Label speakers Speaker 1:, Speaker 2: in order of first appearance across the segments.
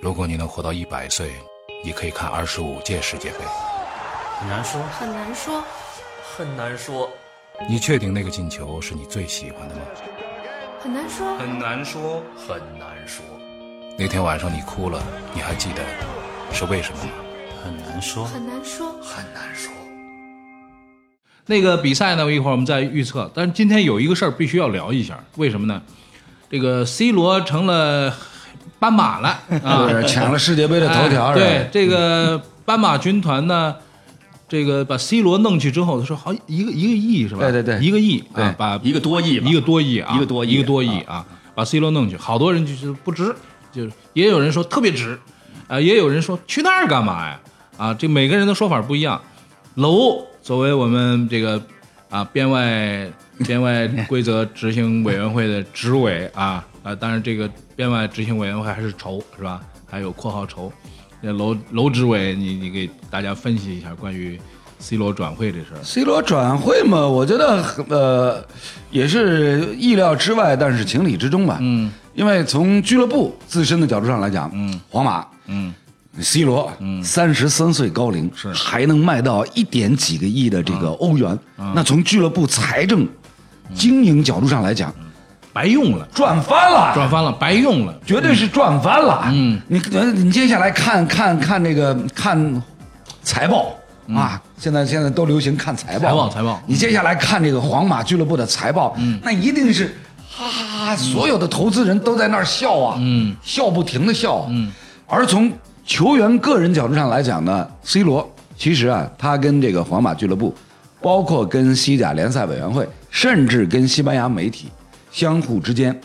Speaker 1: 如果你能活到一百岁，你可以看二十五届世界杯。
Speaker 2: 很难说，
Speaker 3: 很难说，
Speaker 4: 很难说，
Speaker 1: 你确定那个进球是你最喜欢的吗？
Speaker 3: 很难说，
Speaker 2: 很难说，
Speaker 4: 很难说，
Speaker 1: 那天晚上你哭了，你还记得是为什么吗？
Speaker 2: 很难说，
Speaker 3: 很难说。
Speaker 4: 很难说。
Speaker 5: 那个比赛呢，一会儿我们再预测。但是今天有一个事儿必须要聊一下，为什么呢？这个 C 罗成了斑马了啊，
Speaker 6: 就是抢了世界杯的头条
Speaker 5: 哎
Speaker 6: 是吧？
Speaker 5: 对，这个斑马军团呢，这个把 C 罗弄去之后，他说好像一个一个亿是吧？
Speaker 6: 对对对
Speaker 5: 一个亿啊
Speaker 6: 对，
Speaker 5: 把
Speaker 2: 一个多亿吧，
Speaker 5: 一个多亿啊，
Speaker 2: 一个多亿
Speaker 5: 一个多亿啊，把 C 罗弄去，好多人就是不值，就是也有人说特别值，啊、也有人说去那儿干嘛呀？啊，这每个人的说法不一样。楼作为我们这个啊编外 编外规则执行委员会的执委啊啊，当然这个编外执行委员会还是筹是吧？还有括号筹，那楼楼执委，你你给大家分析一下关于 C 罗转会这事儿。
Speaker 6: C 罗转会嘛，我觉得呃也是意料之外，但是情理之中吧。嗯，因为从俱乐部自身的角度上来讲，嗯，皇马，嗯，C 罗，嗯，三十三岁高龄是还能卖到一点几个亿的这个欧元，那从俱乐部财政经营角度上来讲，
Speaker 5: 白用了，
Speaker 6: 嗯赚翻了，
Speaker 5: 转翻了，白用了。
Speaker 6: 绝对是赚翻了。嗯，你你接下来看看看这个看财报。啊，现在现在都流行看财报，嗯
Speaker 5: 财报财报
Speaker 6: 你接下来看这个皇马俱乐部的财报，那一定是，哈哈哈，所有的投资人都在那儿笑啊，嗯，笑不停的笑啊，嗯。而从球员个人角度上来讲呢，C 罗其实啊，他跟这个皇马俱乐部，包括跟西甲联赛委员会，甚至跟西班牙媒体相互之间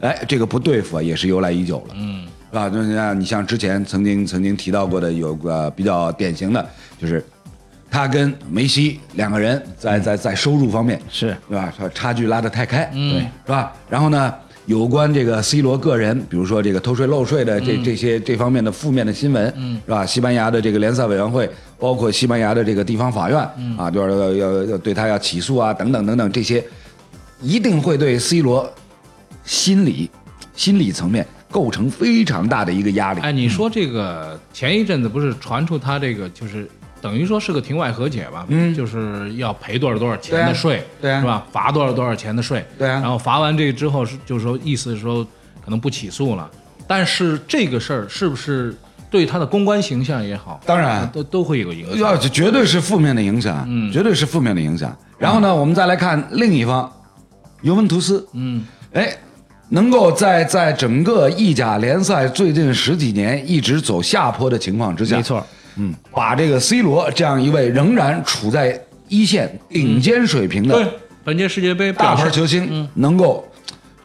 Speaker 6: 哎，这个不对付啊，也是由来已久了。嗯，啊，就是像你像之前曾经曾经提到过的，有个比较典型的，就是他跟梅西两个人在在在收入方面
Speaker 5: 是
Speaker 6: 嗯是嗯吧？说差距拉得太开，对，是吧？然后呢，有关这个 C 罗个人，比如说这个偷税漏税的这、这些这方面的负面的新闻，嗯，是吧？西班牙的这个联赛委员会，包括西班牙的这个地方法院，嗯、啊，就是要要要对他要起诉啊，等等等等这些，一定会对 C 罗心理心理层面构成非常大的一个压力。
Speaker 5: 哎，你说这个前一阵子不是传出他这个就是等于说是个庭外和解吧？嗯，就是要赔多少多少钱的税，
Speaker 6: 对啊对啊
Speaker 5: 是吧？罚多少多少钱的税，
Speaker 6: 对啊
Speaker 5: 然后罚完这之后是就是说意思是说可能不起诉了，但是这个事儿是不是对他的公关形象也好，
Speaker 6: 当然
Speaker 5: 都都会有影响。
Speaker 6: 要绝对是负面的影响，嗯，绝对是负面的影响。
Speaker 5: 嗯
Speaker 6: 然后呢，我们再来看另一方，尤文图斯，嗯，哎，能够在在整个意甲联赛最近十几年一直走下坡的情况之下，
Speaker 5: 没错，
Speaker 6: 嗯，把这个 C 罗这样一位仍然处在一线顶尖水平的
Speaker 5: 对，本届世界杯表
Speaker 6: 大
Speaker 5: 嗯
Speaker 6: 牌
Speaker 5: 现
Speaker 6: 球星能够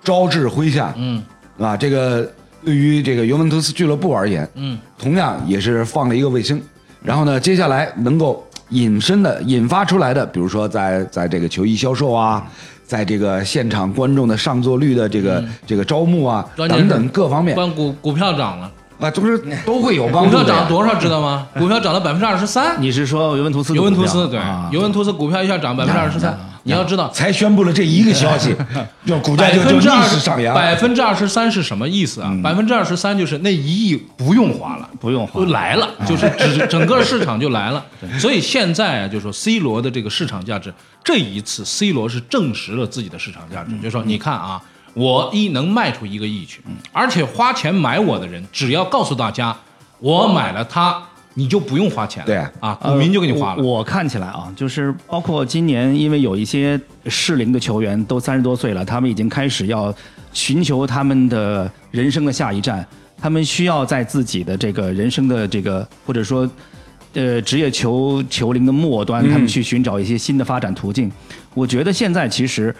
Speaker 6: 招至麾下，嗯，啊，这个对于这个尤文图斯俱乐部而言，嗯，同样也是放了一个卫星。然后呢，接下来能够引申的、引发出来的，比如说在在这个球衣销售啊，在这个现场观众的上座率的这个、这个招募啊
Speaker 5: 嗯关键是
Speaker 6: 等等各方面
Speaker 5: 关嗯股股票涨了，
Speaker 6: 啊，都是都会有帮
Speaker 5: 股
Speaker 6: 助
Speaker 5: 票
Speaker 6: 的
Speaker 5: 涨
Speaker 6: 呀
Speaker 5: 了。多少知道吗？股票涨了百分之二十三。
Speaker 2: 你是说尤文图斯的
Speaker 5: 尤文
Speaker 2: 股
Speaker 5: 图
Speaker 2: 票？
Speaker 5: 斯对
Speaker 2: 啊，
Speaker 5: 尤文图斯股票一下涨百分之二十三，你要知道，
Speaker 6: 才宣布了这一个 消息，就股价
Speaker 5: 百
Speaker 6: 就
Speaker 5: 分
Speaker 6: 就
Speaker 5: 之
Speaker 6: 逆
Speaker 5: 二
Speaker 6: 势上扬。嗯
Speaker 5: 百分之二十三是什么意思啊？百分之二十三就是那一亿不用花了，
Speaker 2: 不用
Speaker 5: 就
Speaker 2: 花，
Speaker 5: 来了，
Speaker 6: 嗯
Speaker 5: 就是 整整个市场就来了。所以现在啊，就说 C 罗的这个市场价值，这一次 C 罗是证实了自己的市场价值，
Speaker 6: 嗯
Speaker 5: 就说你看啊，我一能卖出一个亿去，而且花钱买我的人，只要告诉大家我买了它，你就不用花钱了，
Speaker 6: 对啊呃
Speaker 5: 啊，股民就给你花了。
Speaker 2: 呃我我看起来啊，就是包括今年，因为有一些适龄的球员都三十多岁了，他们已经开始要寻求他们的人生的下一站，他们需要在自己的这个人生的这个或者说。呃，职业球球龄的末端，他们去寻找一些新的发展途径。我觉得现在其实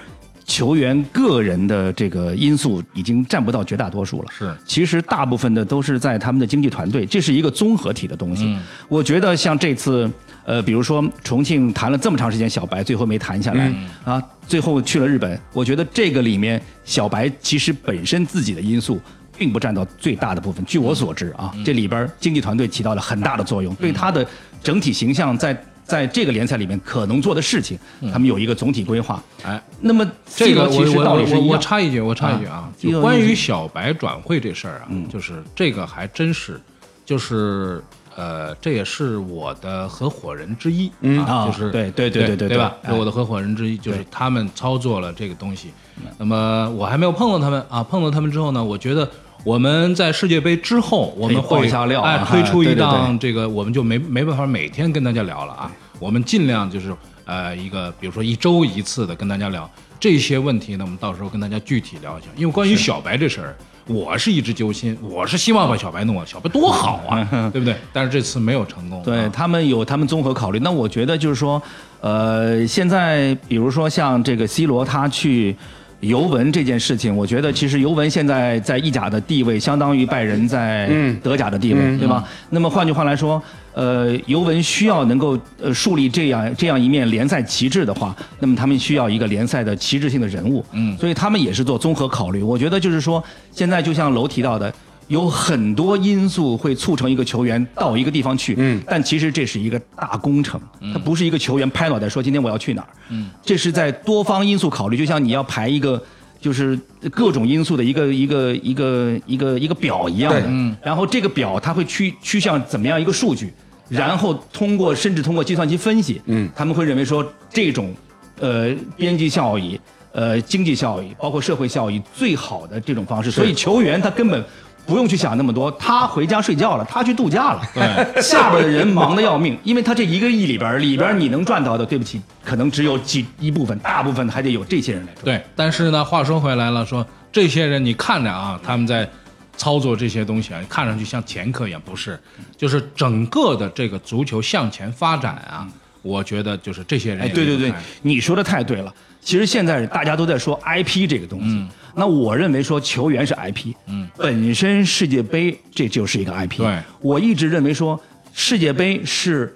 Speaker 2: 球员个人的这个因素已经占不到绝大多数了。
Speaker 5: 是
Speaker 2: 其实大部分的都是在他们的经济团队，这是一个综合体的东西。我觉得像这次，呃，比如说重庆谈了这么长时间小白，最后没谈下来、啊，最后去了日本。我觉得这个里面，小白其实本身自己的因素。并不占到最大的部分。据我所知啊，这里边经济团队起到了很大的作用，对他的整体形象在在这个联赛里面可能做的事情，他们有一个总体规划。
Speaker 5: 哎，
Speaker 2: 那么
Speaker 5: 这个
Speaker 2: 罗
Speaker 5: 我
Speaker 2: 其实
Speaker 5: 我
Speaker 2: 道理是
Speaker 5: 我
Speaker 2: 一
Speaker 5: 我
Speaker 2: 样。
Speaker 5: 插一句，我插一句啊
Speaker 2: 啊，
Speaker 5: 就
Speaker 2: 这个
Speaker 5: 关
Speaker 2: 就
Speaker 5: 于
Speaker 2: 是嗯
Speaker 5: 小白转会这事儿啊，就是这个还真是，就是呃，这也是我的合伙人之一啊，
Speaker 2: 啊
Speaker 5: 就是
Speaker 2: 对对对
Speaker 5: 对
Speaker 2: 对对
Speaker 5: 吧？
Speaker 2: 对
Speaker 5: 是我的合伙人之一，就是他们操作了这个东西。
Speaker 2: 嗯
Speaker 5: 那么我还没有碰到他们啊，碰到他们之后呢，我觉得。我们在世界杯之后，我们
Speaker 2: 可以爆
Speaker 5: 会
Speaker 2: 一下料啊
Speaker 5: 哎推出一
Speaker 2: 对对对
Speaker 5: 档这个我们就没没办法每天跟大家聊了啊，我们尽量就是呃一个，比如说一周一次的跟大家聊这些问题呢，我们到时候跟大家具体聊一下。因为关于小白这事儿，我是一直揪心，我是希望把小白弄了，小白多好啊， 对不对？但是这次没有成功啊，
Speaker 2: 对他们有他们综合考虑。那我觉得就是说，呃，现在比如说像这个 C 罗他去尤文这件事情，我觉得其实尤文现在在意甲的地位相当于拜仁在
Speaker 5: 嗯
Speaker 2: 德甲的地位，对吧？那么换句话来说。呃，尤文需要能够呃树立这样这样一面联赛旗帜的话，那么他们需要一个联赛的旗帜性的人物，嗯，所以他们也是做综合考虑。我觉得就是说，现在就像楼提到的，有很多因素会促成一个球员到一个地方去，嗯，但其实这是一个大工程，它不是一个球员拍脑袋说今天我要去哪儿，嗯，这是在多方因素考虑，就像你要排一个就是各种因素的一个一个一个一个一个表一样的，嗯，然后这个表它会趋趋向怎么样一个数据，然后通过甚至通过计算机分析，嗯，他们会认为说这种呃边际效益、呃经济效益，包括社会效益最好的这种方式。所以球员他根本不用去想那么多，他回家睡觉了，他去度假了。 对，下边的人忙得要命，因为他这一个亿里边，里边你能赚到的，对不起，可能只有几一部分，大部分还得有这些人来赚。
Speaker 5: 对，但是呢，话说回来了，说这些人你看着啊，他们在操作这些东西啊，看上去像掮客一样，不是，就是整个的这个足球向前发展啊，我觉得就是这些人
Speaker 2: 嗯哎，
Speaker 5: 也
Speaker 2: 对对
Speaker 5: 离不
Speaker 2: 对
Speaker 5: 开，
Speaker 2: 你说的太对了。其实现在大家都在说 IP 这个东西，那我认为说球员是 IP，嗯，本身世界杯这就是一个 IP。
Speaker 5: 对
Speaker 2: 我一直认为说世界杯是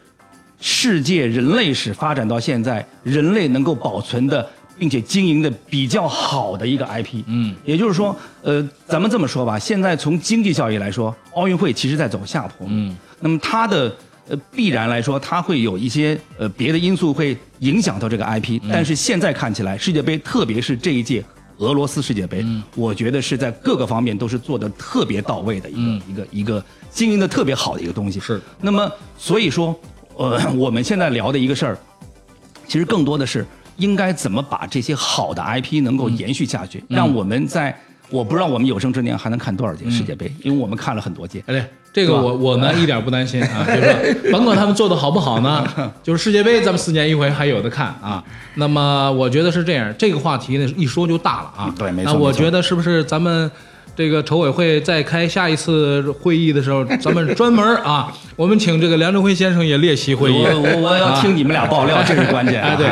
Speaker 2: 世界人类史发展到现在人类能够保存的。并且经营的比较好的一个 IP，嗯，也就是说，呃，咱们这么说吧，现在从经济效益来说，奥运会其实在走下坡，嗯，那么它的呃，必然来说，它会有一些呃别的因素会影响到这个 IP、但是现在看起来，世界杯，特别是这一届俄罗斯世界杯，
Speaker 5: 嗯
Speaker 2: 我觉得是在各个方面都是做的特别到位的一个、一个一个经营的特别好的一个东西。
Speaker 5: 嗯是。
Speaker 2: 那么所以说，呃， 我们现在聊的一个事儿，其实更多的是应该怎么把这些好的 IP 能
Speaker 5: 嗯
Speaker 2: 够延续下去，让我们在我不知道我们有生之年还能看多少届世界
Speaker 5: 嗯
Speaker 2: 杯，因为我们看了很多届。
Speaker 5: 哎，对，这个我我呢一点不担心啊，就是说 甭管他们做的好不好呢，就是世界杯咱们四年一回还有的看啊。那么我觉得是这样，这个话题呢一说就大了啊。
Speaker 2: 对没错
Speaker 5: 那我
Speaker 2: 没错
Speaker 5: 觉得是不是咱们这个筹委会在开下一次会议的时候，咱们专门啊，我们请这个梁振辉先生也列席会议。
Speaker 2: 我我我要听你们俩爆料，这是关键、啊。
Speaker 5: 哎，对，